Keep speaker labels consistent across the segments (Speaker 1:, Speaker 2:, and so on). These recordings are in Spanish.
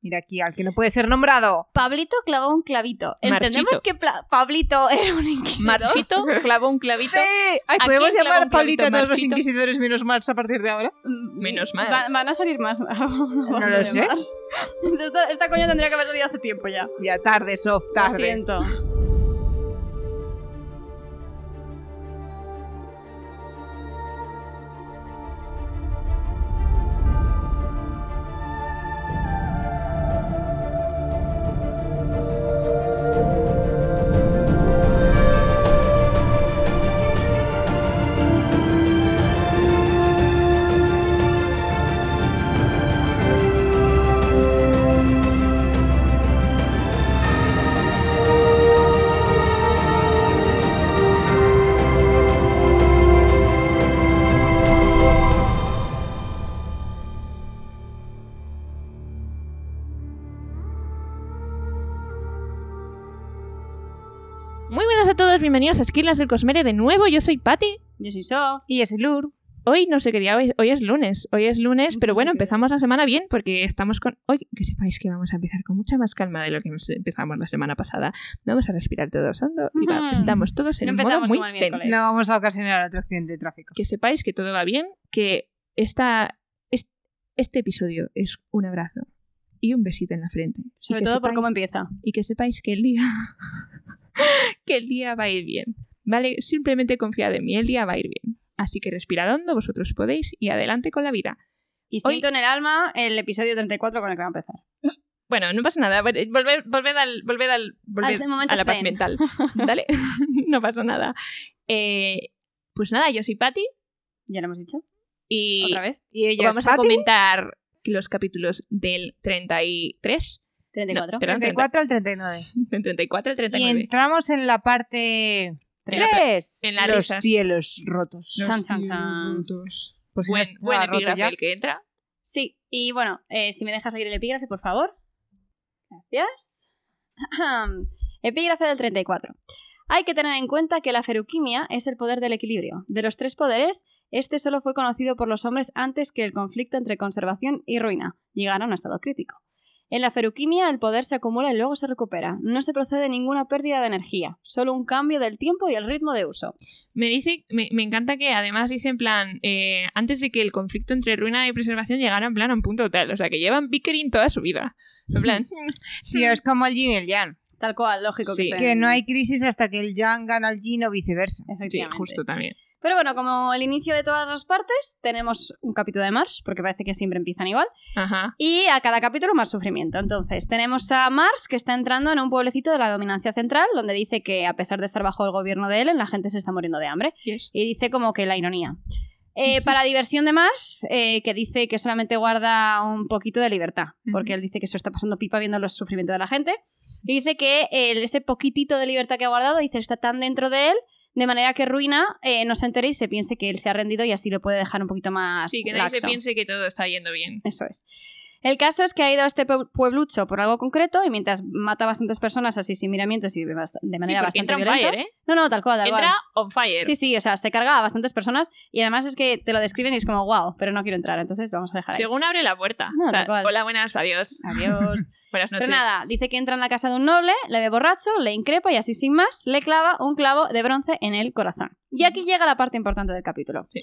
Speaker 1: Mira aquí, al que no puede ser nombrado.
Speaker 2: Pablito clavó un clavito. Entendemos
Speaker 3: Marchito.
Speaker 2: que Pla- Pablito era un inquisidor.
Speaker 3: Marchito clavó un clavito.
Speaker 1: Ay,
Speaker 3: ¿A
Speaker 1: ¿Podemos
Speaker 3: quién clava
Speaker 1: llamar
Speaker 3: un
Speaker 1: Pablito a
Speaker 3: clavito
Speaker 1: todos los
Speaker 3: Marchito?
Speaker 1: inquisidores menos Marx a partir de ahora?
Speaker 3: Menos mal.
Speaker 2: Van, van a salir más. no
Speaker 1: lo sé.
Speaker 2: Esta, esta coña tendría que haber salido hace tiempo ya.
Speaker 1: Ya tarde, soft,
Speaker 2: Lo
Speaker 1: tarde.
Speaker 2: siento.
Speaker 3: Muy buenas a todos, bienvenidos a Esquilas del Cosmere de nuevo. Yo soy Patti.
Speaker 2: Yo soy Sof.
Speaker 1: Y es Lur.
Speaker 3: Hoy no sé qué día, hoy, hoy es lunes. Hoy es lunes,
Speaker 2: Sí
Speaker 3: pero bueno,
Speaker 2: que-
Speaker 3: empezamos la semana bien porque estamos con. Hoy, que sepáis que vamos a empezar con mucha más calma de lo que nos empezamos la semana pasada. Vamos a respirar todos hondo y va-
Speaker 2: Ujú.
Speaker 3: estamos todos en
Speaker 2: No
Speaker 3: un modo
Speaker 2: empezamos
Speaker 3: muy
Speaker 2: como el
Speaker 3: zen.
Speaker 2: miércoles.
Speaker 1: No vamos a ocasionar otro accidente de tráfico.
Speaker 3: Que sepáis que todo va bien, que esta, es- este episodio es un abrazo y un besito en la frente. Y
Speaker 2: Sobre
Speaker 3: que
Speaker 2: todo por
Speaker 3: sepáis-
Speaker 2: cómo empieza.
Speaker 3: y que sepáis que el día que el día va a ir bien. Vale, simplemente confiad en mí, el día va a ir bien. Así que respirad hondo, vosotros podéis y adelante con la vida.
Speaker 2: Y
Speaker 3: Hoy-
Speaker 2: siento en el alma el episodio 34 con el que va a empezar.
Speaker 3: Bueno, no pasa nada, vol- volved, volved al volved al volved
Speaker 2: Al Ah, momento
Speaker 3: a la paz
Speaker 2: zen.
Speaker 3: mental, ¿vale? no pasa nada. Eh, pues nada, yo soy Patti
Speaker 2: Ya lo hemos dicho.
Speaker 3: y
Speaker 2: Otra vez.
Speaker 1: Y ella
Speaker 3: vamos
Speaker 1: es
Speaker 3: a
Speaker 1: Patty,
Speaker 3: comentar los capítulos del 33,
Speaker 2: 34.
Speaker 3: No, perdón,
Speaker 1: 34 al 39.
Speaker 3: del 34 al
Speaker 1: Y
Speaker 3: 39.
Speaker 1: entramos en la parte
Speaker 3: En la-
Speaker 1: 3.
Speaker 3: en la
Speaker 1: los
Speaker 3: risas.
Speaker 1: cielos rotos.
Speaker 2: Los Chan, chan, chan.
Speaker 1: Pues si no
Speaker 3: Buen,
Speaker 1: estaba
Speaker 3: buen
Speaker 1: roto
Speaker 3: epígrafe
Speaker 1: ya.
Speaker 3: el que entra.
Speaker 2: Sí, y bueno, eh, si me dejas leer el epígrafe, por favor. Gracias. epígrafe del 34. Hay que tener en cuenta que la feruquimia es el poder del equilibrio. De los tres poderes, este solo fue conocido por los hombres antes que el conflicto entre conservación y ruina llegara a un estado crítico. En la feruquimia, el poder se acumula y luego se recupera. No se procede ninguna pérdida de energía, solo un cambio del tiempo y el ritmo de uso.
Speaker 3: Me dice, me, me encanta que además dice en plan, eh, antes de que el conflicto entre ruina y preservación llegara en plan a un punto tal, o sea que llevan bickering toda su vida. En plan,
Speaker 1: Sí, es como el yin y el yang.
Speaker 2: Tal cual, lógico
Speaker 3: Sí.
Speaker 2: que
Speaker 1: Que no hay crisis hasta que el yang gana al yin o viceversa.
Speaker 3: sí,
Speaker 2: Efectivamente.
Speaker 3: justo también.
Speaker 2: Pero bueno, como el inicio de todas las partes, tenemos un capítulo de Mars, porque parece que siempre empiezan igual,
Speaker 3: Ajá.
Speaker 2: y a cada capítulo más sufrimiento. Entonces, tenemos a Mars que está entrando en un pueblecito de la dominancia central, donde dice que a pesar de estar bajo el gobierno de Ellen, la gente se está muriendo de hambre. Y dice como que la ironía. Eh, para diversión de Mars, eh, que dice que solamente guarda un poquito de libertad, porque
Speaker 3: Ujú.
Speaker 2: él dice que se está pasando pipa viendo los sufrimientos de la gente. Y dice que el- ese poquitito de libertad que ha guardado, dice, está tan dentro de él, de manera que Ruina eh, no se entere y se piense que él se ha rendido y así lo puede dejar un poquito más
Speaker 3: Sí, que nadie se
Speaker 2: laxo.
Speaker 3: piense que todo está yendo bien.
Speaker 2: Eso es. El caso es que ha ido a este pue- pueblucho por algo concreto y mientras mata a bastantes personas así sin miramientos y de bast- de manera
Speaker 3: sí, porque
Speaker 2: bastante
Speaker 3: entra on
Speaker 2: violenta.
Speaker 3: fire, ¿eh?
Speaker 2: No, no, tal cual, tal cual.
Speaker 3: Entra on fire.
Speaker 2: Sí, sí, o sea, se carga a bastantes personas y además es que te lo describen y es como, wow, pero no quiero entrar, entonces lo vamos a dejar ahí.
Speaker 3: Según abre la puerta.
Speaker 2: No,
Speaker 3: o sea,
Speaker 2: tal cual.
Speaker 3: hola, buenas, adiós.
Speaker 2: Adiós. pero
Speaker 3: Buenas noches.
Speaker 2: nada, dice que entra en la casa de un noble, le ve borracho, le increpa y así sin más, le clava un clavo de bronce en el corazón. Y aquí llega la parte importante del capítulo.
Speaker 3: Sí.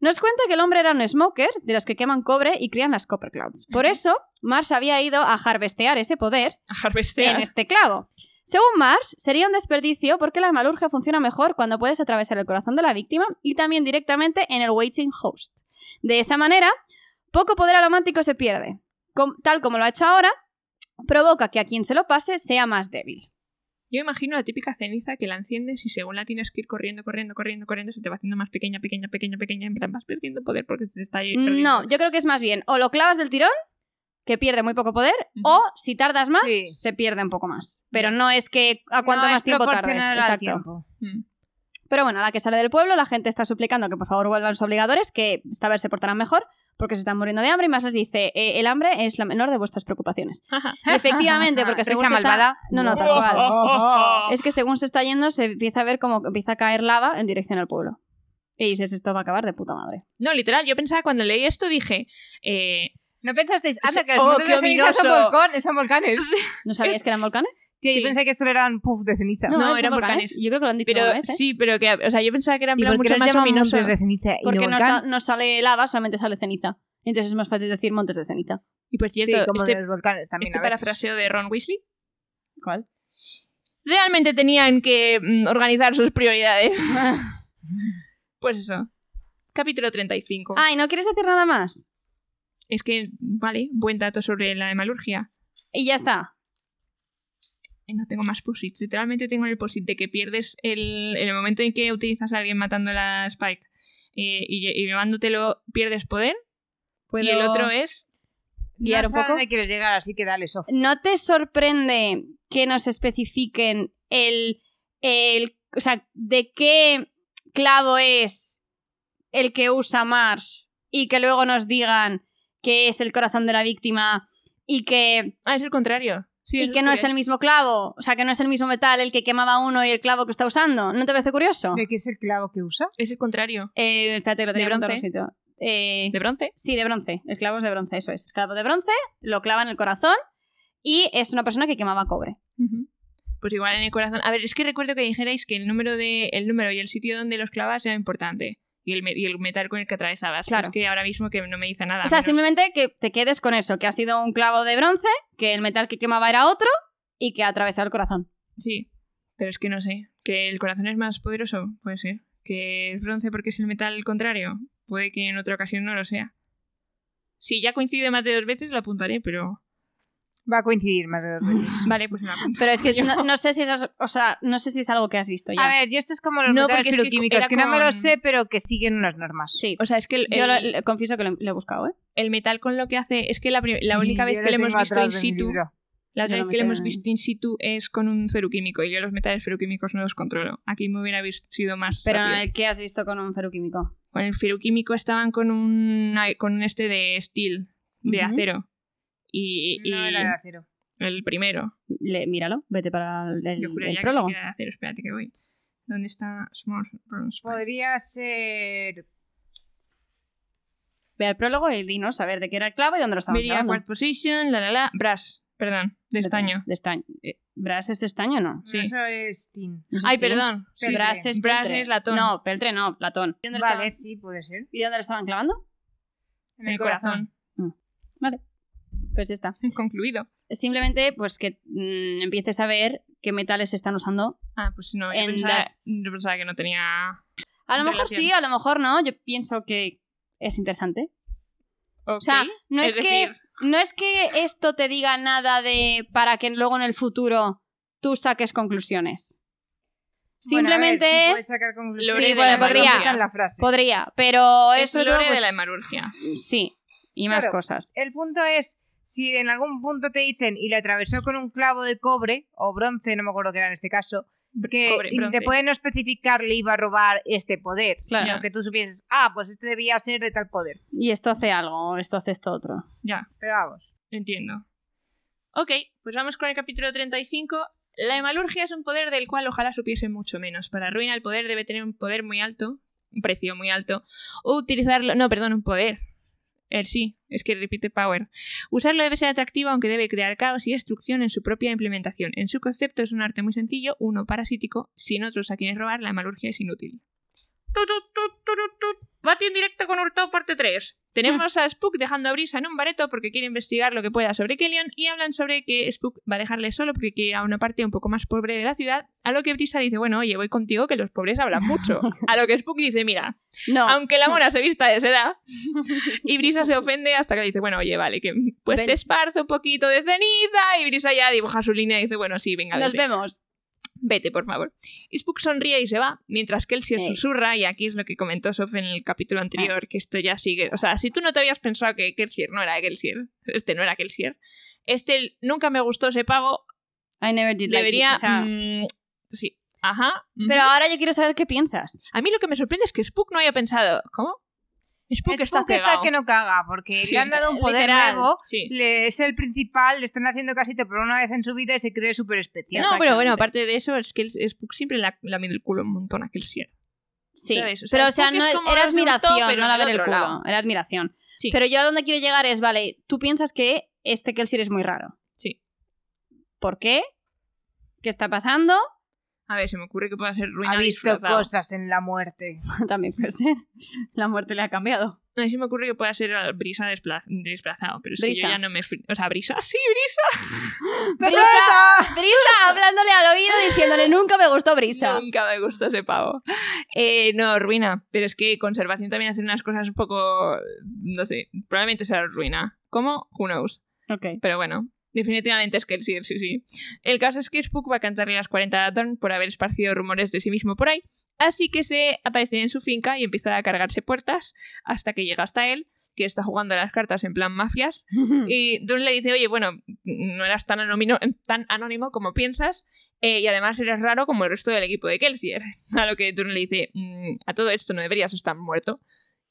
Speaker 2: Nos cuenta que el hombre era un smoker, de los que queman cobre y crían las copper clouds. Por eso, Mars había ido a harvestear ese poder
Speaker 3: A harvestear.
Speaker 1: ¿eh?
Speaker 2: en este clavo. Según Mars, sería un desperdicio porque la malurgia funciona mejor cuando puedes atravesar el corazón de la víctima y también directamente en el waiting host. De esa manera, poco poder alomántico se pierde. Com- tal como lo ha hecho ahora, provoca que a quien se lo pase sea más débil.
Speaker 3: Yo imagino la típica ceniza que la enciendes y según la tienes que ir corriendo, corriendo, corriendo, corriendo, se te va haciendo más pequeña, pequeña, pequeña, pequeña, en plan vas perdiendo poder porque se te está perdiendo.
Speaker 2: No, yo creo que es más bien o lo clavas del tirón, que pierde muy poco poder, o si tardas más,
Speaker 1: Sí.
Speaker 2: se pierde un poco más. Pero no es que a cuanto
Speaker 1: No
Speaker 2: más
Speaker 1: es
Speaker 2: tiempo tardes.
Speaker 1: proporcional al
Speaker 2: Exacto.
Speaker 1: tiempo.
Speaker 3: Mm.
Speaker 2: Pero bueno, a la que sale del pueblo, la gente está suplicando que por favor vuelvan los obligadores, que esta vez se portarán mejor, porque se están muriendo de hambre. Y más les dice, "Eh, el hambre es la menor de vuestras preocupaciones.
Speaker 3: Ajá.
Speaker 2: Efectivamente, porque según
Speaker 1: Risa
Speaker 2: se está-
Speaker 1: malvada.
Speaker 2: No, no, tal
Speaker 3: Oh,
Speaker 2: cual.
Speaker 3: oh, oh, oh.
Speaker 2: Es que según se está yendo, se empieza a ver como que empieza a caer lava en dirección al pueblo. Y dices, esto va a acabar de puta madre.
Speaker 3: No, literal, yo pensaba cuando leí esto dije, eh,
Speaker 1: ¿No pensasteis? Anda, que las
Speaker 3: Oh,
Speaker 1: motos
Speaker 3: qué
Speaker 1: de ceniza son,
Speaker 3: ominoso.
Speaker 1: volcón- son volcanes.
Speaker 2: ¿No sabías que eran volcanes?
Speaker 1: Tía,
Speaker 3: Sí.
Speaker 1: yo pensé que solo eran puff de ceniza.
Speaker 3: No,
Speaker 2: son
Speaker 3: eran volcanes.
Speaker 2: Yo creo que lo han dicho
Speaker 3: Pero
Speaker 2: alguna vez, ¿eh?
Speaker 3: sí, pero que, o sea, yo pensaba que eran
Speaker 1: ¿Y por qué
Speaker 3: mucho
Speaker 1: los
Speaker 3: más
Speaker 1: llaman
Speaker 3: ominosos.
Speaker 1: montes de ceniza y
Speaker 2: Porque no,
Speaker 1: volcán?
Speaker 2: sa- no sale lava, solamente sale ceniza. Entonces es más fácil decir montes de ceniza.
Speaker 3: Y por
Speaker 1: Sí,
Speaker 3: cierto,
Speaker 1: como
Speaker 3: este,
Speaker 1: de los volcanes también
Speaker 3: este
Speaker 1: a veces.
Speaker 3: parafraseo de Ron Weasley,
Speaker 2: ¿Cuál?
Speaker 3: realmente tenían que mm, organizar sus prioridades. Pues eso. Capítulo 35.
Speaker 1: Ah.
Speaker 2: Ay, ¿no quieres decir nada más?
Speaker 3: Es que, vale, buen dato sobre la hemalurgia.
Speaker 2: Y ya está.
Speaker 3: Eh, No tengo más posits. Literalmente tengo el posit de que pierdes el, en el momento en que utilizas a alguien matando a la Spike eh, y, lle- y llevándotelo, pierdes poder.
Speaker 2: ¿Puedo
Speaker 3: Y el otro es.
Speaker 2: guiar
Speaker 1: no
Speaker 2: un
Speaker 1: sé a
Speaker 2: poco?
Speaker 1: dónde quieres llegar, así que dale, Sof.
Speaker 2: ¿No te sorprende que nos especifiquen el, el. O sea, de qué clavo es el que usa Mars y que luego nos digan que es el corazón de la víctima y que,
Speaker 3: Ah, es el contrario. Sí,
Speaker 2: y
Speaker 3: eso
Speaker 2: que no es el
Speaker 3: curioso.
Speaker 2: mismo clavo? O sea, que no es el mismo metal el que quemaba uno y el clavo que está usando. ¿No te parece curioso?
Speaker 1: ¿De qué es el clavo que usa?
Speaker 3: Es el contrario.
Speaker 2: Eh, espérate, que lo
Speaker 3: ¿De
Speaker 2: tenía apuntado
Speaker 3: bronce?
Speaker 2: en otro sitio. Eh,
Speaker 3: ¿De bronce?
Speaker 2: Sí, de bronce. El clavo es de bronce, eso es. El clavo de bronce lo clava en el corazón y es una persona que quemaba cobre.
Speaker 3: Ujú. Pues igual en el corazón. A ver, es que recuerdo que dijerais que el número de el número y el sitio donde los clavas era importante. Y el, me- y el metal con el que atravesabas.
Speaker 2: Claro.
Speaker 3: Es que ahora mismo que no me dice nada.
Speaker 2: O sea,
Speaker 3: menos-
Speaker 2: simplemente que te quedes con eso, que ha sido un clavo de bronce, que el metal que quemaba era otro y que ha atravesado el corazón.
Speaker 3: Sí, pero es que no sé. Que el corazón es más poderoso, puede ser. Que es bronce porque es el metal contrario. Puede que en otra ocasión no lo sea. Si ya coincide más de dos veces, lo apuntaré, pero.
Speaker 1: Va a coincidir más de dos veces.
Speaker 3: Vale, pues me lo apunto.
Speaker 2: Pero es que no, no sé si eso es, o sea, no sé si es algo que has visto ya.
Speaker 1: A ver, yo esto es como los
Speaker 3: No,
Speaker 1: metales
Speaker 3: porque es que
Speaker 1: filoquímicos,
Speaker 3: era
Speaker 1: que, no me lo
Speaker 3: con-
Speaker 1: sé, pero que siguen unas normas.
Speaker 2: sí.
Speaker 3: O sea, es que el,
Speaker 2: Yo lo-
Speaker 3: el-
Speaker 2: le- confieso que lo, lo he buscado, ¿eh?
Speaker 3: el metal con lo que hace. Es que la, pri- la única
Speaker 1: Y
Speaker 3: vez
Speaker 1: yo
Speaker 3: que
Speaker 1: lo
Speaker 3: lo hemos
Speaker 1: tengo
Speaker 3: visto in
Speaker 1: atrás de mi
Speaker 3: situ.
Speaker 1: libro.
Speaker 3: La
Speaker 2: Yo no me
Speaker 3: otra vez que lo
Speaker 2: quedo
Speaker 3: hemos
Speaker 2: en-
Speaker 3: visto in situ es con un feroquímico y yo los metales feroquímicos no los controlo. Aquí me hubiera vis- sido más.
Speaker 2: Pero
Speaker 3: rápido.
Speaker 2: ¿qué has visto con un feroquímico?
Speaker 3: Con el feroquímico estaban con un con un este de steel, de
Speaker 2: Ujú.
Speaker 3: acero. Y, y-
Speaker 1: No era de acero.
Speaker 3: el primero.
Speaker 2: Le- míralo, vete para el,
Speaker 3: Yo juraría
Speaker 2: el
Speaker 3: que
Speaker 2: prólogo.
Speaker 3: sí que era de acero. Espérate que voy. ¿Dónde está Smart Bronze?
Speaker 1: Podría ser.
Speaker 2: Ve al prólogo y dinos a ver de qué era el clavo y dónde lo estaban
Speaker 3: Vería
Speaker 2: clavando.
Speaker 3: Quart Position, la la la. Brass, perdón, de estaño.
Speaker 2: De estaño. Eh, ¿Brass es de estaño o no?
Speaker 3: Sí.
Speaker 1: No, eso es tin.
Speaker 2: ¿No es
Speaker 3: Ay,
Speaker 2: estaño?
Speaker 3: perdón.
Speaker 1: Sí,
Speaker 2: Brass
Speaker 1: peltre.
Speaker 2: es
Speaker 3: Brass
Speaker 2: peltre.
Speaker 3: es latón.
Speaker 2: No, peltre no, latón. ¿Y dónde, lo
Speaker 1: Vale,
Speaker 2: estaban,
Speaker 1: sí, puede ser.
Speaker 2: ¿Y dónde lo estaban clavando?
Speaker 1: En el, corazón.
Speaker 2: Pues ya está.
Speaker 3: corazón. Concluido.
Speaker 2: Simplemente, pues que mm, empieces a ver qué metales se están usando.
Speaker 3: Ah, pues no. Yo
Speaker 2: En
Speaker 3: pensaba,
Speaker 2: das-
Speaker 3: yo pensaba que no tenía.
Speaker 2: A lo mejor
Speaker 3: Relación.
Speaker 2: sí, a lo mejor no. Yo pienso que es interesante.
Speaker 3: Ok.
Speaker 2: O sea, no es,
Speaker 3: Es
Speaker 2: que
Speaker 3: decir-
Speaker 2: no es que esto te diga nada de para que luego en el futuro tú saques conclusiones.
Speaker 1: Bueno, a ver,
Speaker 2: Simplemente
Speaker 1: sí puedes
Speaker 2: es
Speaker 1: sacar conclusiones.
Speaker 3: Lore
Speaker 2: Sí, de bueno, la podría.
Speaker 1: Completan la frase.
Speaker 2: podría, pero
Speaker 3: es
Speaker 2: eso
Speaker 3: lore
Speaker 2: todo,
Speaker 3: de
Speaker 2: pues,
Speaker 3: la hemalurgia.
Speaker 2: sí y más
Speaker 1: Claro.
Speaker 2: cosas.
Speaker 1: El punto es, si en algún punto te dicen y le atravesó con un clavo de cobre o bronce, no me acuerdo qué era en este caso, que
Speaker 3: Cobre, bronce.
Speaker 1: te pueden no especificar le iba a robar este poder,
Speaker 2: Claro.
Speaker 1: sino que tú supieses, ah, pues este debía ser de tal poder.
Speaker 2: Y esto hace algo, esto hace esto otro.
Speaker 3: Ya,
Speaker 1: Pero vamos.
Speaker 3: entiendo. Ok, pues vamos con el capítulo 35. La hemalurgia es un poder del cual ojalá supiese mucho menos. Para ruina el poder debe tener un poder muy alto, un precio muy alto, o utilizarlo... No, perdón, un poder. El sí, es que repite Power. Usarlo debe ser atractivo, aunque debe crear caos y destrucción en su propia implementación. En su concepto es un arte muy sencillo, uno parasítico, sin otros a quienes robar, la hemalurgia es inútil. Tu, tu, tu, tu, tu, tu. Bati en directo con Hurtado parte 3. Tenemos a Spook dejando a Brisa en un bareto porque quiere investigar lo que pueda sobre Kellyon y hablan sobre que Spook va a dejarle solo porque quiere ir a una parte un poco más pobre de la ciudad, a lo que Brisa dice, bueno, oye, voy contigo que los pobres hablan mucho. A lo que Spook dice, mira,
Speaker 2: No,
Speaker 3: aunque la mona se vista de seda. Y Brisa se ofende hasta que le dice, bueno, oye, vale, que pues
Speaker 2: Ven.
Speaker 3: te esparzo un poquito de ceniza. Y Brisa ya dibuja su línea y dice, bueno, sí, venga,
Speaker 2: nos
Speaker 3: vete,
Speaker 2: vemos.
Speaker 3: vete, por favor. Y Spook sonríe y se va, mientras que él se
Speaker 2: Ey.
Speaker 3: susurra, y aquí es lo que comentó Sof en el capítulo anterior, que esto ya sigue. O sea, si tú no te habías pensado que Kelsier no era Kelsier, este no era Kelsier, este el nunca me gustó ese pago,
Speaker 2: I never did like
Speaker 3: debería...
Speaker 2: you, o sea,
Speaker 3: mm, sí, ajá. ujú.
Speaker 2: Pero ahora yo quiero saber qué piensas.
Speaker 3: A mí lo que me sorprende es que Spook no haya pensado, ¿cómo? Spook, está
Speaker 1: Spook está
Speaker 3: cegao.
Speaker 1: que no caga, porque
Speaker 3: Sí,
Speaker 1: le han dado un poder
Speaker 2: literal.
Speaker 1: nuevo,
Speaker 3: Sí.
Speaker 1: le- es el principal, le están haciendo casito por una vez en su vida y se cree súper especial.
Speaker 3: No, pero bueno,
Speaker 2: Exactamente.
Speaker 3: aparte de eso, es que el Spook siempre la, la mide el culo un montón a Kelsier.
Speaker 2: Sí,
Speaker 3: ¿sabes? O sea,
Speaker 2: pero
Speaker 3: el
Speaker 2: o sea,
Speaker 3: poke
Speaker 2: no, e-,
Speaker 3: es
Speaker 2: era
Speaker 3: como darse un to,
Speaker 2: admiración,
Speaker 3: pero
Speaker 2: no
Speaker 3: en
Speaker 2: la
Speaker 3: el
Speaker 2: ver el
Speaker 3: otro
Speaker 2: culo,
Speaker 3: lado.
Speaker 2: era admiración.
Speaker 3: Sí.
Speaker 2: Pero yo a donde quiero llegar es, vale, tú piensas que este Kelsier es muy raro.
Speaker 3: Sí.
Speaker 2: ¿Por qué? ¿Qué está pasando?
Speaker 3: A ver, se me ocurre que pueda ser ruina
Speaker 1: Ha visto
Speaker 3: disfrazado.
Speaker 1: cosas en la muerte.
Speaker 2: También puede ser. La muerte le ha cambiado.
Speaker 3: A mí se me ocurre que pueda ser ah, brisa despla- disfrazado, pero es que
Speaker 2: Brisa.
Speaker 3: yo ya no me... fri- O sea, brisa, sí, brisa.
Speaker 1: ¡Sorpresa!
Speaker 2: Brisa hablándole al oído diciéndole nunca me gustó Brisa.
Speaker 3: Nunca me gustó ese pavo. Eh, no, ruina. Pero es que conservación también hace unas cosas un poco... No sé, probablemente sea ruina. ¿Cómo? Who knows.
Speaker 2: Ok.
Speaker 3: Pero bueno, definitivamente es que el sí, sí, sí. El caso es que Spook va a cantarle las 40 a Dawn por haber esparcido rumores de sí mismo por ahí. Así que se aparece en su finca y empieza a cargarse puertas hasta que llega hasta él, que está jugando a las cartas en plan mafias.
Speaker 2: Mm.
Speaker 3: Y Dawn le dice, oye, bueno, no eras tan anónimo, tan anónimo como piensas. eh, y además eres raro como el resto del equipo de Kelsier. A lo que Dawn le dice, "Mm, a todo esto no deberías estar muerto.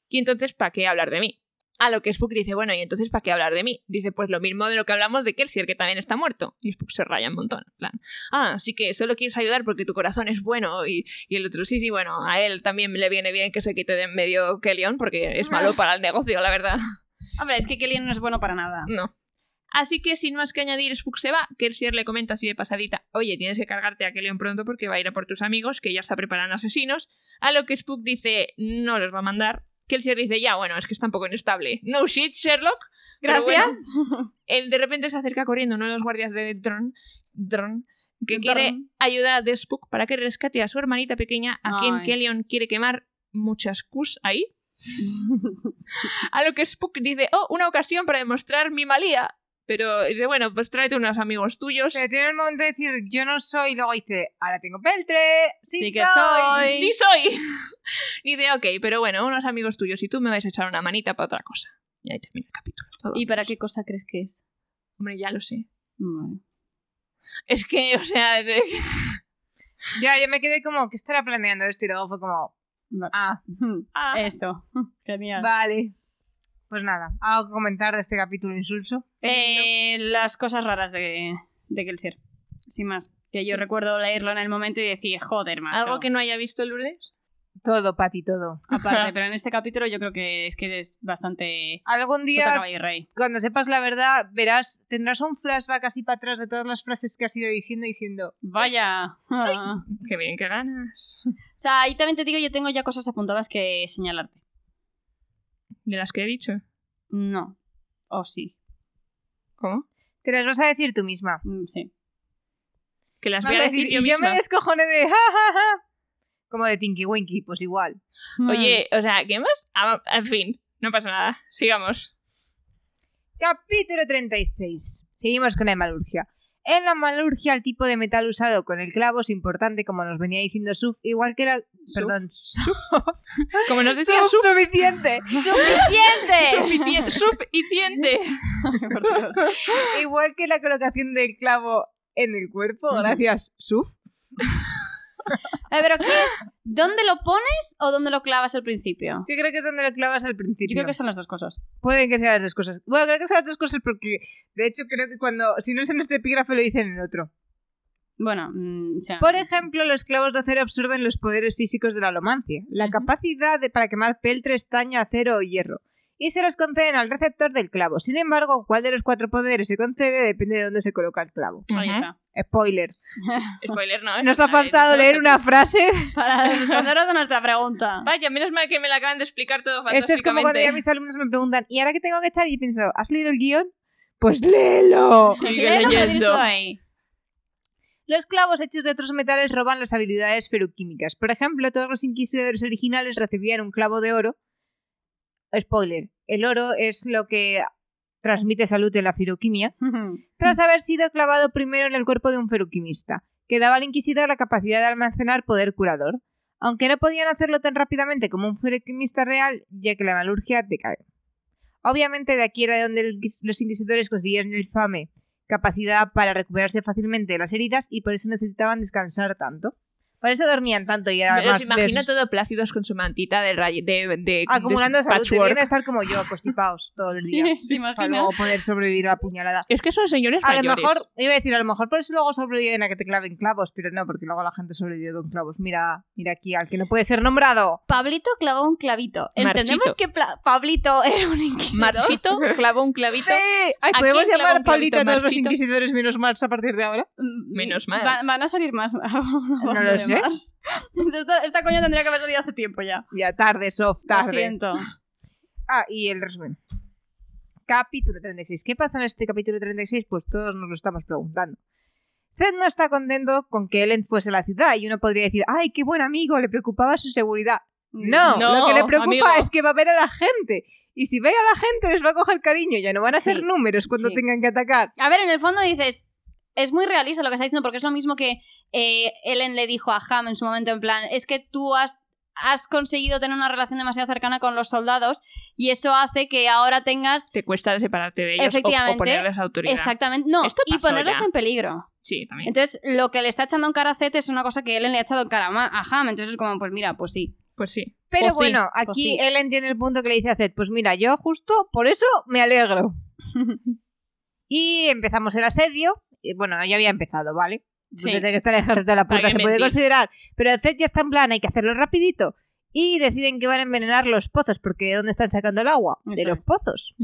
Speaker 3: Y entonces, ¿para qué hablar de mí? A lo que Spook dice, bueno, ¿y entonces para qué hablar de mí? Dice, pues lo mismo de lo que hablamos de Kelsier, que también está muerto. Y Spook se raya un montón. en plan, ah, así que solo quieres ayudar porque tu corazón es bueno. Y, y el otro, sí, sí, bueno, a él también le viene bien que se quite de en medio Kellyon porque es malo para el negocio, la verdad.
Speaker 2: Hombre, es que Kelly no es bueno para nada.
Speaker 3: No. Así que sin más que añadir, Spook se va. Kelsier le comenta así de pasadita: Oye, tienes que cargarte a Kellyon pronto porque va a ir a por tus amigos, que ya está preparando asesinos. A lo que Spook dice: No los va a mandar. Kelsier dice: Ya, bueno, es que está un poco inestable. No shit, Sherlock. Pero bueno,
Speaker 2: Gracias.
Speaker 3: él de repente se acerca corriendo uno de los guardias de Dron, Dron que
Speaker 2: Dron.
Speaker 3: quiere ayuda de Spook para que rescate a su hermanita pequeña, a quien
Speaker 2: Ay.
Speaker 3: Kellyon quiere quemar muchas Qs ahí. A lo que Spook dice, oh, una ocasión para demostrar mi malía. Pero dice, bueno, pues tráete unos amigos tuyos.
Speaker 1: Pero tiene el momento de decir, yo no soy, y luego dice, ahora tengo peltre, sí,
Speaker 2: Sí que soy.
Speaker 3: Sí soy. dice, ok, pero bueno, unos amigos tuyos y tú me vais a echar una manita para otra cosa. Y ahí termina el capítulo. Todo.
Speaker 2: ¿Y para qué cosa crees que es?
Speaker 3: Hombre, ya lo sé.
Speaker 2: Bueno.
Speaker 3: Es que, o sea, de-
Speaker 1: Ya, yo me quedé como, ¿qué estará planeando esto? Y luego fue como,
Speaker 2: Vale.
Speaker 1: ah,
Speaker 3: Ah.
Speaker 2: Eso. Genial.
Speaker 1: vale. Pues nada, algo que comentar de este capítulo insulso.
Speaker 2: Eh, Las cosas raras de, de Kelsier. Sin más. Que yo recuerdo leerlo en el momento y decir, joder, macho.
Speaker 3: algo que no haya visto Lourdes.
Speaker 1: Todo, Pati, todo.
Speaker 2: Aparte, pero en este capítulo yo creo que es que es bastante...
Speaker 1: Algún
Speaker 2: Sota,
Speaker 1: día,
Speaker 2: caballo y rey.
Speaker 1: cuando sepas la verdad, verás, tendrás un flashback así para atrás de todas las frases que has ido diciendo, diciendo,
Speaker 2: Vaya. Ah.
Speaker 3: Qué bien, qué ganas.
Speaker 2: O sea, ahí también te digo, yo tengo ya cosas apuntadas que señalarte.
Speaker 3: De las que he dicho.
Speaker 2: No. O sí.
Speaker 3: ¿Cómo?
Speaker 1: te las vas a decir tú misma.
Speaker 2: Mm, Sí.
Speaker 3: Que las
Speaker 1: Vas
Speaker 3: voy a
Speaker 1: a
Speaker 3: decir,
Speaker 1: decir,
Speaker 3: yo
Speaker 1: y yo
Speaker 3: misma.
Speaker 1: me descojone de, ja, ja, ja". Como de Tinky Winky, pues igual.
Speaker 3: Oye, o sea, ¿qué más? Ah, en fin, no pasa nada. Sigamos.
Speaker 1: Capítulo 36. Seguimos con la hemalurgia. En la hemalurgia, el tipo de metal usado con el clavo es importante, como nos venía diciendo Suf, igual que la. Perdón, Suf.
Speaker 3: Como nos decía
Speaker 1: Suf, suficiente.
Speaker 2: ¡Suficiente!
Speaker 3: suficiente. suficiente.
Speaker 2: Por Dios.
Speaker 1: igual que la colocación del clavo en el cuerpo,
Speaker 2: Ujú.
Speaker 1: gracias, Suf.
Speaker 2: Eh, pero ¿qué es? ¿Dónde lo pones o dónde lo clavas al principio?
Speaker 1: Yo creo que es donde lo clavas al
Speaker 2: Yo
Speaker 1: principio.
Speaker 2: creo que son las dos cosas.
Speaker 1: Pueden que sean las dos cosas. Bueno, creo que sean las dos cosas porque, de hecho, creo que cuando. Si no es en este epígrafe, lo dicen en el otro.
Speaker 2: Bueno, mm, o sea,
Speaker 3: Pues,
Speaker 1: Por ejemplo, los clavos de acero absorben los poderes físicos de la alomancia, la
Speaker 3: Ujú.
Speaker 1: capacidad de- para quemar peltre, estaño, acero o hierro, y se los conceden al receptor del clavo. Sin embargo, cuál de los cuatro poderes se concede depende de dónde se coloca el clavo.
Speaker 2: ahí está.
Speaker 1: Spoiler.
Speaker 3: Spoiler, no.
Speaker 1: Nos
Speaker 3: no,
Speaker 1: ha
Speaker 3: no,
Speaker 1: faltado
Speaker 3: no,
Speaker 1: leer
Speaker 3: no.
Speaker 1: una frase.
Speaker 2: Para responderos a nuestra pregunta.
Speaker 3: Vaya, menos mal que me la acaban de explicar todo
Speaker 1: Esto Este es como cuando ya
Speaker 3: fantásticamente.
Speaker 1: mis alumnos me preguntan, ¿y ahora qué tengo que echar? Y pienso, ¿has leído el guión? Pues léelo.
Speaker 3: Sigue
Speaker 2: Léelo, que lo tienes
Speaker 3: leyendo.
Speaker 2: todo ahí.
Speaker 1: Los clavos hechos de otros metales roban las habilidades feroquímicas. Por ejemplo, todos los inquisidores originales recibían un clavo de oro. Spoiler, el oro es lo que transmite salud en la feroquimia. Tras haber sido clavado primero en el cuerpo de un feroquimista, que daba al inquisidor la capacidad de almacenar poder curador. Aunque no podían hacerlo tan rápidamente como un feroquimista real, ya que la malurgia decae. Obviamente de aquí era de donde el inquis- los inquisidores consiguieron el fame, capacidad para recuperarse fácilmente de las heridas y por eso necesitaban descansar tanto. Por eso dormían tanto y
Speaker 3: Me
Speaker 1: además
Speaker 3: los imagino
Speaker 1: ves-
Speaker 3: todos plácidos con su mantita de, ray- de, de-
Speaker 1: acumulando
Speaker 3: de
Speaker 1: salud. Deberían
Speaker 3: patchwork.
Speaker 1: de estar como yo, acostipados todo el
Speaker 2: Sí,
Speaker 1: día.
Speaker 2: ¿te
Speaker 1: Para
Speaker 2: imaginas?
Speaker 1: luego poder sobrevivir a la puñalada.
Speaker 3: Es que son señores
Speaker 1: A lo
Speaker 3: mayores.
Speaker 1: mejor, iba a decir, a lo mejor por eso luego sobreviven a que te claven clavos, pero no, porque luego la gente sobrevive con clavos. Mira, mira aquí, al que no puede ser nombrado.
Speaker 2: Pablito clavó un clavito. Entendemos
Speaker 3: Marchito.
Speaker 2: que Pla- Pablito era un inquisidor.
Speaker 3: Marchito clavó un clavito.
Speaker 1: Ay,
Speaker 3: ¿A
Speaker 1: ¿podemos
Speaker 3: quién clava
Speaker 1: llamar a
Speaker 3: un
Speaker 1: Pablito a
Speaker 3: clavito,
Speaker 1: todos los
Speaker 3: Marchito?
Speaker 1: inquisidores menos Mars a partir de ahora?
Speaker 2: Mm,
Speaker 3: Menos
Speaker 2: va-
Speaker 3: Mars.
Speaker 2: Van, a salir más.
Speaker 1: No lo sé.
Speaker 2: Mars. Esta, esta coña tendría que haber salido hace tiempo ya.
Speaker 1: Ya, tarde, soft,
Speaker 2: Lo
Speaker 1: tarde.
Speaker 2: siento.
Speaker 1: Ah, y el resumen. Capítulo 36. ¿Qué pasa en este capítulo 36? Pues todos nos lo estamos preguntando. Zed no está contento con que Ellen fuese a la ciudad y uno podría decir, ay, qué buen amigo, le preocupaba su seguridad. No,
Speaker 3: No,
Speaker 1: lo que le preocupa
Speaker 3: amigo.
Speaker 1: es que va a ver a la gente. Y si ve a la gente les va a coger cariño, ya no van a
Speaker 2: Sí,
Speaker 1: ser números cuando
Speaker 2: sí.
Speaker 1: tengan que atacar.
Speaker 2: A ver, en el fondo dices. Es muy realista lo que está diciendo porque es lo mismo que eh, Ellen le dijo a Ham en su momento en plan, es que tú has, has conseguido tener una relación demasiado cercana con los soldados y eso hace que ahora tengas...
Speaker 3: Te cuesta separarte de ellos o- o,
Speaker 2: Efectivamente.
Speaker 3: ponerles autoridad.
Speaker 2: Exactamente, no,
Speaker 3: Esto
Speaker 2: y
Speaker 3: pasó
Speaker 2: ponerlos
Speaker 3: ya.
Speaker 2: en peligro.
Speaker 3: Sí, también.
Speaker 2: Entonces, lo que le está echando en cara a Zed es una cosa que Ellen le ha echado en cara a Ma- a Ham. Entonces, es como, pues mira, pues sí.
Speaker 3: Pues sí.
Speaker 1: Pero
Speaker 3: Pues sí,
Speaker 1: bueno,
Speaker 2: pues
Speaker 1: aquí
Speaker 2: sí.
Speaker 1: Ellen tiene el punto que le dice a Zed, pues mira, yo justo por eso me alegro. Y empezamos el asedio. Y, Bueno, ya había empezado, ¿vale?
Speaker 2: Sí.
Speaker 1: Desde que está el ejército de la
Speaker 3: ¿Para
Speaker 1: puerta
Speaker 3: qué
Speaker 1: se puede
Speaker 3: mentir?
Speaker 1: considerar. Pero Zed ya está en plan, hay que hacerlo rapidito. Y deciden que van a envenenar los pozos, porque ¿de dónde están sacando el agua? De
Speaker 2: Eso
Speaker 1: los
Speaker 2: es.
Speaker 1: pozos.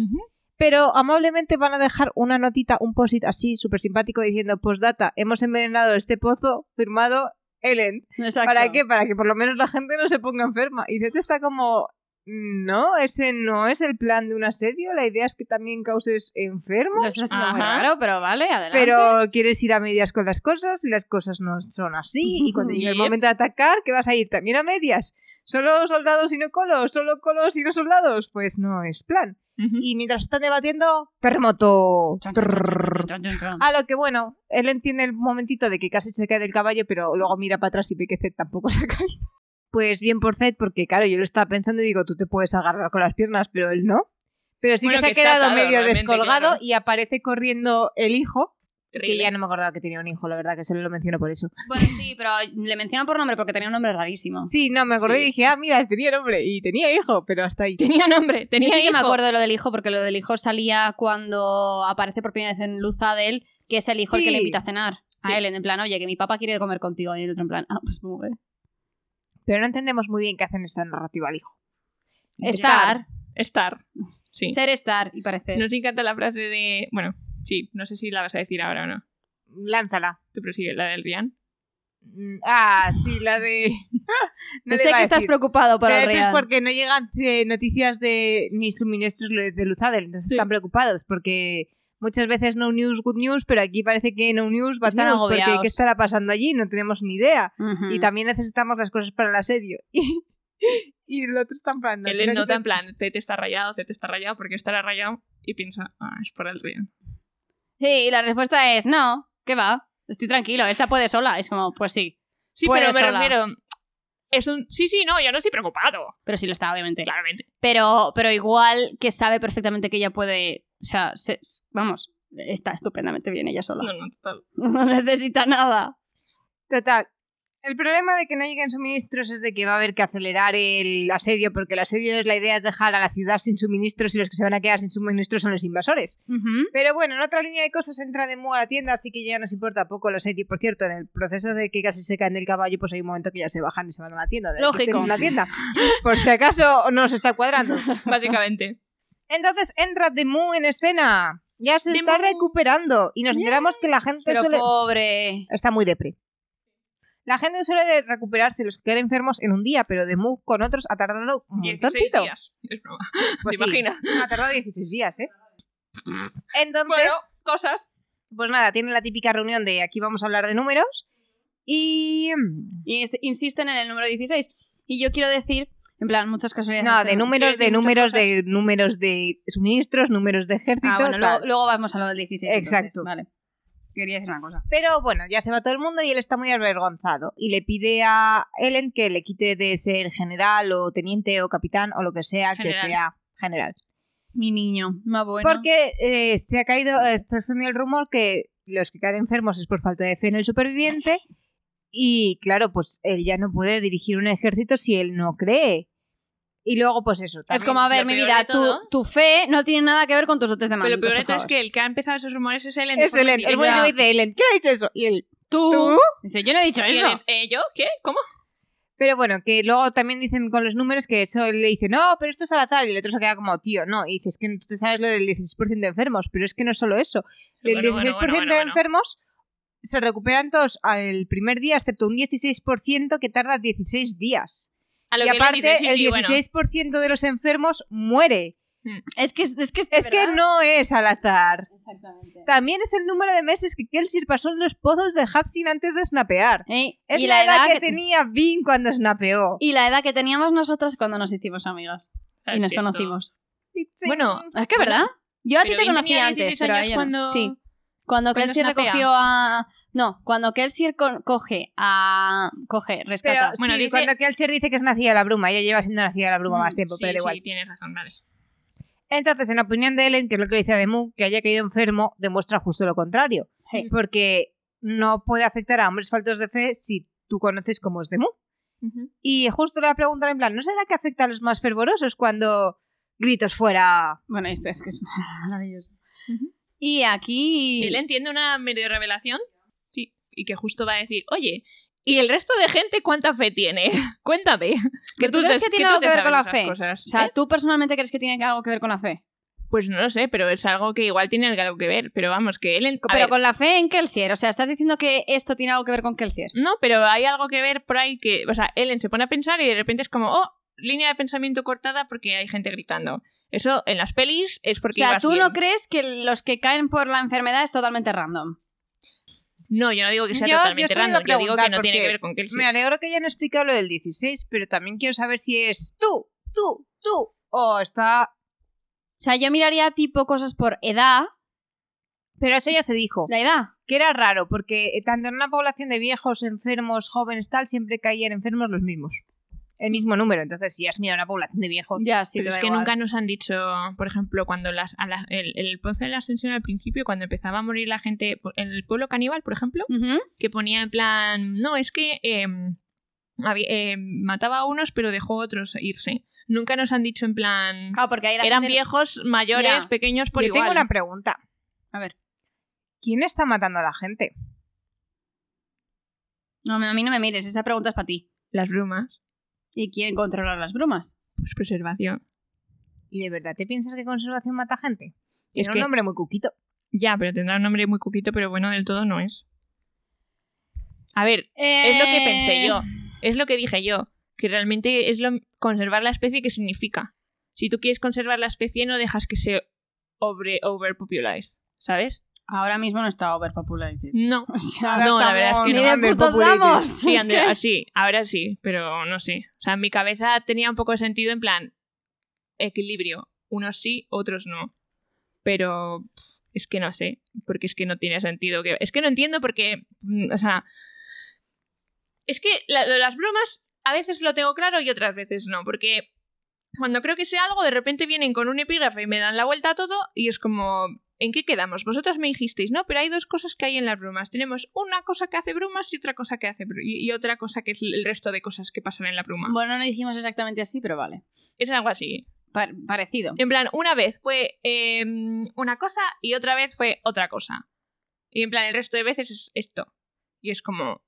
Speaker 1: Pero amablemente van a dejar una notita, un post-it así súper simpático diciendo, postdata, hemos envenenado este pozo firmado Ellen.
Speaker 2: Exacto.
Speaker 1: ¿Para qué? Para que por lo menos la gente no se ponga enferma. Y Zed está como, no, ese no es el plan de un asedio, la idea es que también causes enfermo.
Speaker 2: Lo estás haciendo muy
Speaker 3: Ajá.
Speaker 2: raro, pero vale, adelante.
Speaker 1: Pero quieres ir a medias con las cosas y las cosas no son así. Y cuando llegue el
Speaker 3: Bien.
Speaker 1: momento de atacar, ¿qué vas a ir? ¿También a medias? ¿Solo soldados y no colos? ¿Solo colos y no soldados? Pues no es plan.
Speaker 3: Ujú.
Speaker 1: Y mientras están debatiendo, terremoto.
Speaker 2: Chon, chon,
Speaker 1: Trrr.
Speaker 2: chon, chon, chon, chon.
Speaker 1: A lo que bueno, él entiende el momentito de que casi se cae del caballo, pero luego mira para atrás y ve que Zed tampoco se ha caído. Pues bien por Zed, porque claro, yo lo estaba pensando y digo, tú te puedes agarrar con las piernas, pero él no. Pero sí
Speaker 3: Bueno,
Speaker 1: que se ha
Speaker 3: que está
Speaker 1: quedado
Speaker 3: atado
Speaker 1: medio
Speaker 3: realmente,
Speaker 1: descolgado
Speaker 3: claro.
Speaker 1: y aparece corriendo el hijo, que
Speaker 3: Terrible. Ah.
Speaker 1: ya no me acordaba que tenía un hijo, la verdad que se lo menciono por eso.
Speaker 2: Bueno, sí, pero le menciono por nombre porque tenía un nombre rarísimo.
Speaker 1: Sí, no, me acordé y
Speaker 3: Sí.
Speaker 1: dije, ah, mira, tenía nombre y tenía hijo, pero hasta ahí.
Speaker 3: Tenía nombre, tenía
Speaker 2: Yo sí que me
Speaker 3: hijo.
Speaker 2: acuerdo de lo del hijo, porque lo del hijo salía cuando aparece por primera vez en Luzadel, que es el hijo el que
Speaker 1: Sí.
Speaker 2: le invita a cenar
Speaker 1: Sí.
Speaker 2: a Ellen, en plan, oye, que mi papá quiere comer contigo, y el otro en plan, ah, pues muy bien.
Speaker 1: Pero no entendemos muy bien qué hacen esta narrativa al hijo.
Speaker 2: Estar,
Speaker 3: Estar. Sí.
Speaker 2: ser estar y parecer.
Speaker 3: Nos encanta la frase de. Bueno, sí, no sé si la vas a decir ahora o no.
Speaker 1: Lánzala.
Speaker 3: Tú prosigue, la del Rian.
Speaker 1: Mm, Ah, sí, la de...
Speaker 2: No
Speaker 1: le
Speaker 2: sé
Speaker 1: iba a
Speaker 2: que estás
Speaker 1: decir.
Speaker 2: preocupado por
Speaker 1: Pero
Speaker 2: el
Speaker 1: eso es
Speaker 2: Real.
Speaker 1: porque no llegan eh, noticias de ni suministros le- de Luzadel, entonces
Speaker 3: Sí.
Speaker 1: están preocupados porque muchas veces no news, good news, pero aquí parece que no news, bad
Speaker 2: Están
Speaker 1: news, porque
Speaker 2: agobiados. Mm.
Speaker 1: ¿qué estará pasando allí? No tenemos ni idea.
Speaker 2: Ujú.
Speaker 1: Y también necesitamos las cosas para el asedio. Y, y el otro está en plan...
Speaker 3: Él
Speaker 1: tiene que
Speaker 3: nota
Speaker 1: tal-
Speaker 3: en plan, Z está rayado, Z está rayado, porque estará rayado. Y piensa, ah, es por el Rian.
Speaker 2: Sí, y la respuesta es no, ¿qué va? Estoy tranquilo, esta puede sola. Es como, pues sí.
Speaker 3: Sí,
Speaker 2: Puede
Speaker 3: pero me
Speaker 2: sola.
Speaker 3: refiero. Es un. Sí, sí, no, yo no estoy preocupado.
Speaker 2: Pero sí lo está, obviamente.
Speaker 3: Claramente.
Speaker 2: Pero, pero igual que sabe perfectamente que ella puede. O sea, se- s- vamos, está estupendamente bien ella sola.
Speaker 3: No, no, total.
Speaker 2: No, necesita nada.
Speaker 1: Total. El problema de que no lleguen suministros es de que va a haber que acelerar el asedio, porque el asedio es la idea es dejar a la ciudad sin suministros y los que se van a quedar sin suministros son los invasores. Pero bueno, en otra línea de cosas entra de Mu a la tienda, así que ya nos importa poco los Eti. Por cierto, en el proceso de que casi se caen del caballo, pues hay un momento que ya se bajan y se van a la tienda. de que
Speaker 2: Lógico.
Speaker 1: estén En la tienda. Por si acaso nos está cuadrando.
Speaker 3: Básicamente.
Speaker 1: Entonces entra de Mu en escena. Ya se
Speaker 3: The
Speaker 1: está
Speaker 3: Mu.
Speaker 1: recuperando y nos enteramos que la gente
Speaker 2: Pero
Speaker 1: suele...
Speaker 2: pobre.
Speaker 1: Está muy depre. La gente suele de- recuperarse los que quedan enfermos en un día, pero de Mu con otros ha tardado un
Speaker 3: 16
Speaker 1: montón.
Speaker 3: días. Es broma.
Speaker 1: Pues
Speaker 3: ¿Te
Speaker 1: sí,
Speaker 3: imaginas?
Speaker 1: ha tardado 16 días, ¿eh? Entonces,
Speaker 3: Bueno, cosas.
Speaker 1: pues nada, tienen la típica reunión de aquí vamos a hablar de números y... mm,
Speaker 2: Y este- insisten en el número 16. Y yo quiero decir, en plan, muchas casualidades.
Speaker 1: No,
Speaker 2: este
Speaker 1: de
Speaker 2: no-
Speaker 1: números,
Speaker 3: ¿Quieres
Speaker 1: de
Speaker 3: decir
Speaker 1: números,
Speaker 3: muchas
Speaker 1: de números de suministros, números de ejército.
Speaker 2: Ah, bueno,
Speaker 1: tal.
Speaker 2: luego, luego vamos a lo del 16. entonces.
Speaker 1: Exacto.
Speaker 2: Vale. Quería decir una cosa.
Speaker 1: Pero bueno, ya se va todo el mundo y él está muy avergonzado y le pide a Ellen que le quite de ser general o teniente o capitán o lo que sea que
Speaker 3: General.
Speaker 1: sea general.
Speaker 2: Mi niño, más bueno.
Speaker 1: Porque eh, se ha caído, eh, se ha extendido el rumor que los que caen enfermos es por falta de fe en el superviviente Y claro, pues él ya no puede dirigir un ejército si él no cree. Y luego, pues eso.
Speaker 2: Es
Speaker 1: también-
Speaker 2: como, a ver,
Speaker 3: lo
Speaker 2: mi
Speaker 3: peor
Speaker 2: vida,
Speaker 3: de todo-
Speaker 2: tu, tu fe no tiene nada que ver con tus dotes de
Speaker 3: Pero
Speaker 2: manos.
Speaker 3: lo peor de todo es que el que ha empezado esos rumores es Ellen. de
Speaker 1: Es
Speaker 3: forma
Speaker 1: Ellen. El
Speaker 3: indirecta.
Speaker 1: buen
Speaker 2: ya.
Speaker 1: se dice Ellen. ¿Quién ha dicho eso? Y él.
Speaker 2: ¿Tú?
Speaker 1: ¿Tú?
Speaker 2: Dice, yo no he dicho
Speaker 3: Y
Speaker 2: eso.
Speaker 3: Ellen, eh, ¿Yo? ¿Qué? ¿Cómo?
Speaker 1: Pero bueno, que luego también dicen con los números que eso él le dice, no, pero esto es al azar. Y el otro se queda como, tío, no. Y dices que tú te sabes lo del 16% de enfermos, pero es que no es solo eso. Del
Speaker 3: Bueno, bueno,
Speaker 1: 16%
Speaker 3: bueno,
Speaker 1: de
Speaker 3: bueno, bueno.
Speaker 1: enfermos se recuperan todos al primer día, excepto un 16% que tarda 16 días.
Speaker 3: A lo
Speaker 1: Y
Speaker 3: que Ellen
Speaker 1: aparte,
Speaker 3: dice, sí,
Speaker 1: el
Speaker 3: sí, bueno.
Speaker 1: 16% de los enfermos muere.
Speaker 2: Es que es, es que es,
Speaker 1: Es que
Speaker 2: ¿verdad?
Speaker 1: no es al azar.
Speaker 2: Exactamente.
Speaker 1: También es el número de meses que Kelsey pasó en los pozos de Hudson antes de snapear.
Speaker 2: Ey,
Speaker 1: Es
Speaker 2: y
Speaker 1: la, edad, que, tenía Vin cuando snapeó.
Speaker 2: Y la edad que teníamos nosotras cuando nos hicimos amigas
Speaker 3: ¿Sabes
Speaker 2: y nos
Speaker 3: Ah, que esto-
Speaker 2: conocimos.
Speaker 1: Y sí.
Speaker 3: Bueno,
Speaker 2: Es que, ¿verdad? Yo a ti
Speaker 3: Pero
Speaker 2: te
Speaker 3: Vin
Speaker 2: conocí
Speaker 3: tenía
Speaker 2: antes,
Speaker 3: 16
Speaker 2: pero a
Speaker 3: años
Speaker 2: ella no.
Speaker 3: cuando...
Speaker 2: Sí. Cuando
Speaker 3: Cuando
Speaker 2: Kelsier
Speaker 3: snapea.
Speaker 2: recogió a. No, cuando Kelsier co- coge a. Coge,
Speaker 1: Pero
Speaker 2: rescata.
Speaker 1: bueno,
Speaker 3: Bueno, dice-
Speaker 1: cuando Kelsier dice Mm, que es nacida de la bruma, ella lleva siendo nacida de la bruma más tiempo,
Speaker 3: Sí,
Speaker 1: pero da igual.
Speaker 3: Sí, tienes razón, vale.
Speaker 1: Entonces, en opinión de Ellen, que es lo que dice Ademu, que haya caído enfermo demuestra justo lo contrario.
Speaker 2: Sí.
Speaker 1: Porque no puede afectar a hombres faltos de fe si tú conoces cómo es Demu. Y justo le preguntan en plan, ¿no será que afecta a los más fervorosos cuando gritos fuera?
Speaker 2: Bueno, esto es que es maravilloso. Y aquí.
Speaker 3: Ellen tiene una medio revelación. Sí. Y que justo va a decir, oye, ¿y el resto de gente cuánta fe tiene? Cuéntame.
Speaker 2: ¿Pero tú crees
Speaker 3: te-
Speaker 2: que tiene
Speaker 3: tú
Speaker 2: algo
Speaker 3: te
Speaker 2: que ver
Speaker 3: sabes
Speaker 2: con la
Speaker 3: esas
Speaker 2: fe?
Speaker 3: cosas,
Speaker 2: O sea,
Speaker 3: ¿eh?
Speaker 2: ¿tú personalmente crees que tiene algo que ver con la fe?
Speaker 3: Pues no lo sé, pero es algo que igual tiene algo que ver. Pero vamos, que Ellen... a
Speaker 2: Pero
Speaker 3: ver,
Speaker 2: con la fe en Kelsier. O sea, estás diciendo que esto tiene algo que ver con Kelsier.
Speaker 3: No, pero hay algo que ver por ahí que... O sea, Ellen se pone a pensar y de repente es como, oh, línea de pensamiento cortada porque hay gente gritando. Eso en las pelis es
Speaker 2: O
Speaker 3: porque...
Speaker 2: sea,
Speaker 3: ibas
Speaker 2: ¿tú
Speaker 3: bien.
Speaker 2: no crees que los que caen por la enfermedad es totalmente random?
Speaker 3: No, yo no digo que sea
Speaker 1: Yo- yo
Speaker 3: totalmente
Speaker 1: solo iba a
Speaker 3: random. Yo digo que
Speaker 1: preguntar
Speaker 3: no tiene
Speaker 1: porque
Speaker 3: que ver con Kelsey.
Speaker 1: Me alegro que hayan explicado lo del 16, pero también quiero saber si es tú, tú, tú, o está...
Speaker 2: O sea, yo miraría tipo cosas por edad.
Speaker 1: Pero eso ya se dijo.
Speaker 2: La edad.
Speaker 1: que era raro, porque eh, tanto en una población de viejos, enfermos, jóvenes, tal, siempre caían enfermos los mismos. El mismo número. Entonces, si has mirado una población de viejos.
Speaker 2: Ya, sí, te
Speaker 3: pero es
Speaker 2: da
Speaker 3: que
Speaker 2: igual.
Speaker 3: nunca nos han dicho, por ejemplo, cuando las, a la- el, el pozo de la ascensión al principio, cuando empezaba a morir la gente, en el pueblo caníbal, por ejemplo,
Speaker 2: Ujú.
Speaker 3: que ponía en plan, no, es que em, había- em, mataba a unos pero dejó a otros irse. Nunca nos han dicho en plan,
Speaker 2: Claro, porque ahí la
Speaker 3: eran
Speaker 2: gente-
Speaker 3: viejos, mayores,
Speaker 2: Ya.
Speaker 3: pequeños, por
Speaker 1: Yo
Speaker 3: igual.
Speaker 1: tengo una pregunta.
Speaker 2: A ver.
Speaker 1: ¿Quién está matando a la gente?
Speaker 2: No, a mí no me mires, esa pregunta es para ti.
Speaker 3: Las brumas,
Speaker 2: ¿Y quién controla las brumas?
Speaker 3: pues preservación.
Speaker 1: ¿Y de verdad te piensas que conservación mata gente?
Speaker 3: Es
Speaker 1: Era
Speaker 3: que,
Speaker 1: un hombre muy cuquito.
Speaker 3: ya, pero tendrá un nombre muy coquito, pero bueno, del todo no es. A ver, Es lo que
Speaker 1: Eh.
Speaker 2: Eh,
Speaker 3: pensé yo. Es lo que dije yo. Que realmente es lo conservar la especie que significa. Si tú quieres conservar la especie, no dejas que se obre, overpopulize. ¿Sabes?
Speaker 2: Ahora mismo no está overpopulated.
Speaker 3: No.
Speaker 2: O sea,
Speaker 3: No, la verdad es que
Speaker 2: ni
Speaker 3: no.
Speaker 1: Ahora
Speaker 2: de
Speaker 1: estamos
Speaker 2: putos
Speaker 1: underpopulated.
Speaker 2: damos.
Speaker 3: Sí,
Speaker 2: Es
Speaker 3: Ander-
Speaker 2: que-
Speaker 3: ah, sí, ahora sí, pero no sé. O sea, en mi cabeza tenía un poco de sentido en plan equilibrio. Unos sí, otros no. Pero pf, es que no sé, porque es que no tiene sentido. Que... Es que no entiendo porque, mm, o sea, es que la- lo de las bromas a veces lo tengo claro y otras veces no, porque cuando creo que sé algo, de repente vienen con un epígrafe y me dan la vuelta a todo y es como, ¿en qué quedamos? Vosotras me dijisteis, no, pero hay dos cosas que hay en las bromas. Tenemos una cosa que hace bromas y otra cosa que hace br- y, y otra cosa que es el resto de cosas que pasan en la bruma.
Speaker 2: Bueno, no lo hicimos exactamente así, pero vale.
Speaker 3: Es algo así.
Speaker 2: Pa- parecido.
Speaker 3: En plan, una vez fue eh, una cosa y otra vez fue otra cosa. Y en plan, el resto de veces es esto. Y es como...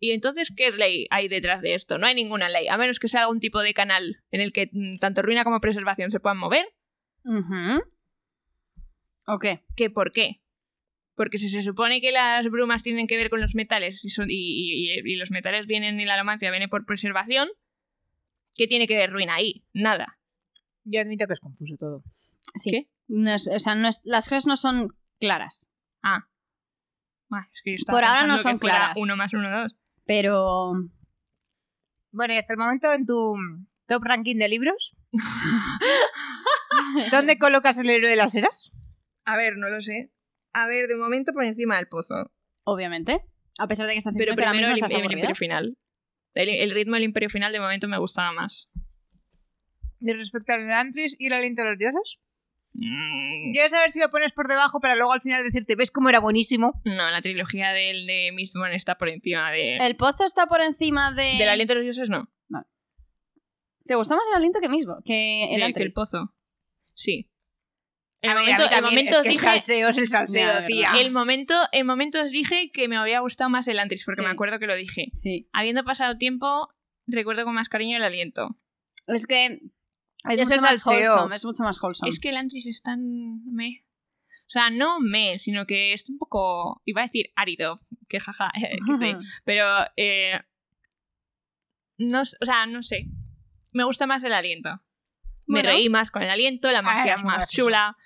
Speaker 3: ¿Y entonces qué ley hay detrás de esto? No hay ninguna ley, a menos que sea algún tipo de canal en el que mm, tanto ruina como preservación se puedan mover.
Speaker 2: Ujú. Ok.
Speaker 3: ¿Qué por qué? Porque si se supone que las brumas tienen que ver con los metales y, son- y- y- y- y los metales vienen y la alomancia viene por preservación, ¿qué tiene que ver ruina ahí? Nada.
Speaker 1: Yo admito que es confuso todo.
Speaker 2: Sí.
Speaker 3: ¿Qué?
Speaker 2: No es- o sea, no es- las cosas no son claras.
Speaker 3: Ah. Ah, es que yo estaba
Speaker 2: Por ahora no
Speaker 3: pensando
Speaker 2: son
Speaker 3: que fuera
Speaker 2: claras.
Speaker 3: Uno más uno, dos.
Speaker 2: Pero.
Speaker 1: Bueno, y hasta el momento en tu mm, top ranking de libros. ¿Dónde colocas el héroe de las eras?
Speaker 3: A ver, no lo sé. A ver, de momento por encima del pozo.
Speaker 2: Obviamente. A pesar de que estás
Speaker 3: Pero
Speaker 2: diciendo que ahora mismo
Speaker 3: primero el,
Speaker 2: estás
Speaker 3: el
Speaker 2: aburrida.
Speaker 1: ¿eh?
Speaker 3: Imperio Final. El, el ritmo del Imperio Final de momento me gustaba más.
Speaker 1: Y respecto al Elantris y el aliento de los dioses.
Speaker 3: Mm,
Speaker 1: Yo saber si lo pones por debajo para luego al final decirte, ¿ves cómo era buenísimo?
Speaker 3: No, la trilogía del de Miss Moon está por encima de.
Speaker 2: El pozo está por encima
Speaker 1: Eh,
Speaker 2: de.
Speaker 3: Del aliento de los dioses, no.
Speaker 2: ¿Te gusta más el aliento que mismo? Que el
Speaker 3: del que
Speaker 2: antes?
Speaker 3: el pozo. Sí. El
Speaker 1: A ver, a
Speaker 3: momento,
Speaker 1: mí
Speaker 3: el
Speaker 1: también,
Speaker 3: momento
Speaker 1: es que
Speaker 3: dije.
Speaker 1: el salseo es el salseo,
Speaker 2: Ya, de
Speaker 1: tía.
Speaker 3: El momento, el momento os dije que me había gustado más el Antris, porque
Speaker 2: Sí.
Speaker 3: me acuerdo que lo dije.
Speaker 2: Sí.
Speaker 3: Habiendo pasado tiempo, recuerdo con más cariño el aliento.
Speaker 2: Es que es
Speaker 1: Eso
Speaker 2: mucho
Speaker 1: es
Speaker 2: más
Speaker 1: salseo.
Speaker 2: wholesome. Es mucho más wholesome.
Speaker 3: Es que el Antris es tan me. O sea, no me, sino que es un poco. Iba a decir árido, que jaja, que sí. Pero. eh, no, s- o sea, no sé. Me gusta más el aliento. Me
Speaker 2: Bueno.
Speaker 3: reí más con el aliento, la magia
Speaker 1: era
Speaker 3: es
Speaker 1: muy
Speaker 3: más
Speaker 1: gracioso.
Speaker 3: chula.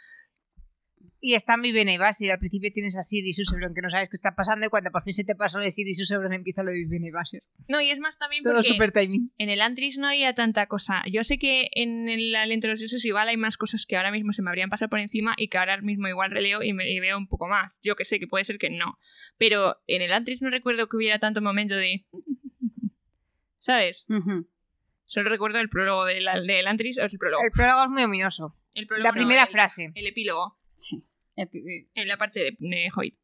Speaker 1: Y está muy bien y Basil. Al principio tienes a Siri y su Sebron que no sabes qué está pasando y cuando por fin se te pasa lo de Siri y su Sebron empieza lo de Vivienne y Basil.
Speaker 3: No, y es más también
Speaker 1: Todo
Speaker 3: porque
Speaker 1: super timing.
Speaker 3: en el Antris no había tanta cosa. Yo sé que en el aliento de los dioses igual hay más cosas que ahora mismo se me habrían pasado por encima y que ahora mismo igual releo y me y veo un poco más. Yo que sé, que puede ser que no. Pero en el Antris no recuerdo que hubiera tanto momento de... ¿Sabes?
Speaker 2: Ujú.
Speaker 3: Solo recuerdo el prólogo del, del Antris, o el prólogo.
Speaker 1: El prólogo es muy ominoso.
Speaker 3: el prólogo
Speaker 1: La
Speaker 3: no,
Speaker 1: primera
Speaker 3: el-
Speaker 1: frase.
Speaker 3: El epílogo,
Speaker 2: Sí. Epi- epi-
Speaker 3: en la parte de, de Hoyt.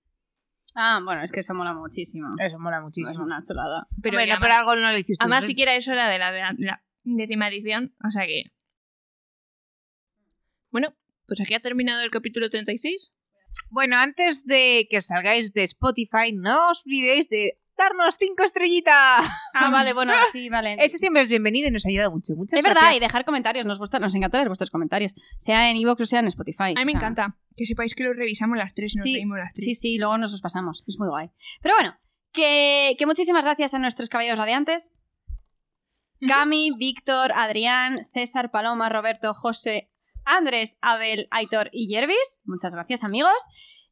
Speaker 2: Ah, bueno, es que eso mola muchísimo.
Speaker 1: Eso mola
Speaker 2: Es
Speaker 1: muchísimo.
Speaker 2: una chulada.
Speaker 3: Pero
Speaker 1: Hombre,
Speaker 3: y
Speaker 1: no
Speaker 3: además,
Speaker 1: por algo no lo hiciste.
Speaker 3: además
Speaker 1: ¿no?
Speaker 3: siquiera eso era de la, de la, la décima edición, o sea que... Bueno, pues aquí ha terminado el capítulo 36.
Speaker 1: Bueno, antes de que salgáis de Spotify, no os olvidéis de darnos cinco estrellitas.
Speaker 2: Ah, vale, bueno, sí, vale.
Speaker 1: Ese siempre es bienvenido y nos ayuda mucho. Muchas
Speaker 2: es verdad,
Speaker 1: gracias.
Speaker 2: y dejar comentarios. Nos, gusta, nos encantan vuestros comentarios. Sea en Evox o sea en Spotify.
Speaker 3: A mí me
Speaker 2: o sea,
Speaker 3: encanta. Que sepáis que los revisamos las tres y nos
Speaker 2: Sí,
Speaker 3: reímos las tres.
Speaker 2: Sí, sí, luego nos los pasamos. Es muy guay. Pero bueno, que, que muchísimas gracias a nuestros caballeros radiantes.
Speaker 3: Ujú.
Speaker 2: Cami, Víctor, Adrián, César, Paloma, Roberto, José, Andrés, Abel, Aitor y Jervis. Muchas gracias, amigos.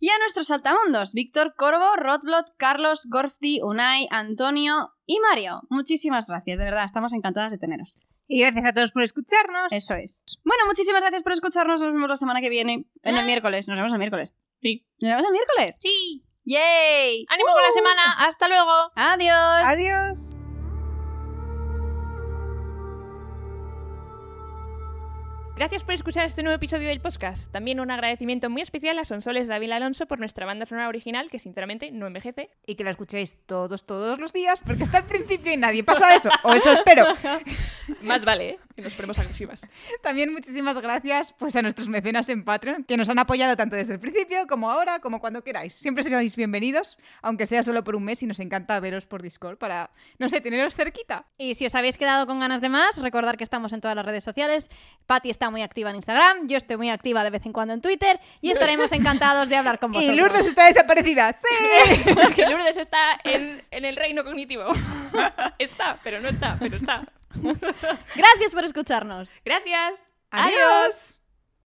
Speaker 2: Y a nuestros saltamundos, Víctor, Corvo, Rodblot, Carlos, Gorfdi, Unai, Antonio y Mario. Muchísimas gracias, de verdad, estamos encantadas de teneros.
Speaker 1: Y gracias a todos por escucharnos.
Speaker 2: Eso es. Bueno, muchísimas gracias por escucharnos. Nos vemos la semana que viene. En el miércoles. Nos vemos el miércoles.
Speaker 3: Ah. Sí.
Speaker 2: Nos vemos el miércoles.
Speaker 3: Sí.
Speaker 2: ¡Yay!
Speaker 3: ¡Ánimo con la semana! ¡Hasta luego!
Speaker 2: Adiós.
Speaker 1: Adiós.
Speaker 3: Gracias por escuchar este nuevo episodio del podcast. También un agradecimiento muy especial a Sonsoles David Alonso por nuestra banda sonora original, que sinceramente no envejece.
Speaker 1: y que la escuchéis todos, todos los días, porque está al principio y nadie pasa eso, o eso espero.
Speaker 3: Más vale, ¿eh? que nos ponemos agresivas.
Speaker 1: También muchísimas gracias pues, a nuestros mecenas en Patreon, que nos han apoyado tanto desde el principio como ahora, como cuando queráis. Siempre seréis bienvenidos, aunque sea solo por un mes y nos encanta veros por Discord para, no sé, teneros cerquita.
Speaker 4: Y si os habéis quedado con ganas de más, recordar que estamos en todas las redes sociales. Patti está muy activa en Instagram, yo estoy muy activa de vez en cuando en Twitter y estaremos encantados de hablar con
Speaker 1: Y
Speaker 4: vosotros.
Speaker 1: Lourdes está desaparecida, sí.
Speaker 3: Porque Lourdes está en, en el reino cognitivo. Está, pero no está, pero está.
Speaker 4: Gracias por escucharnos.
Speaker 3: Gracias.
Speaker 1: Adiós.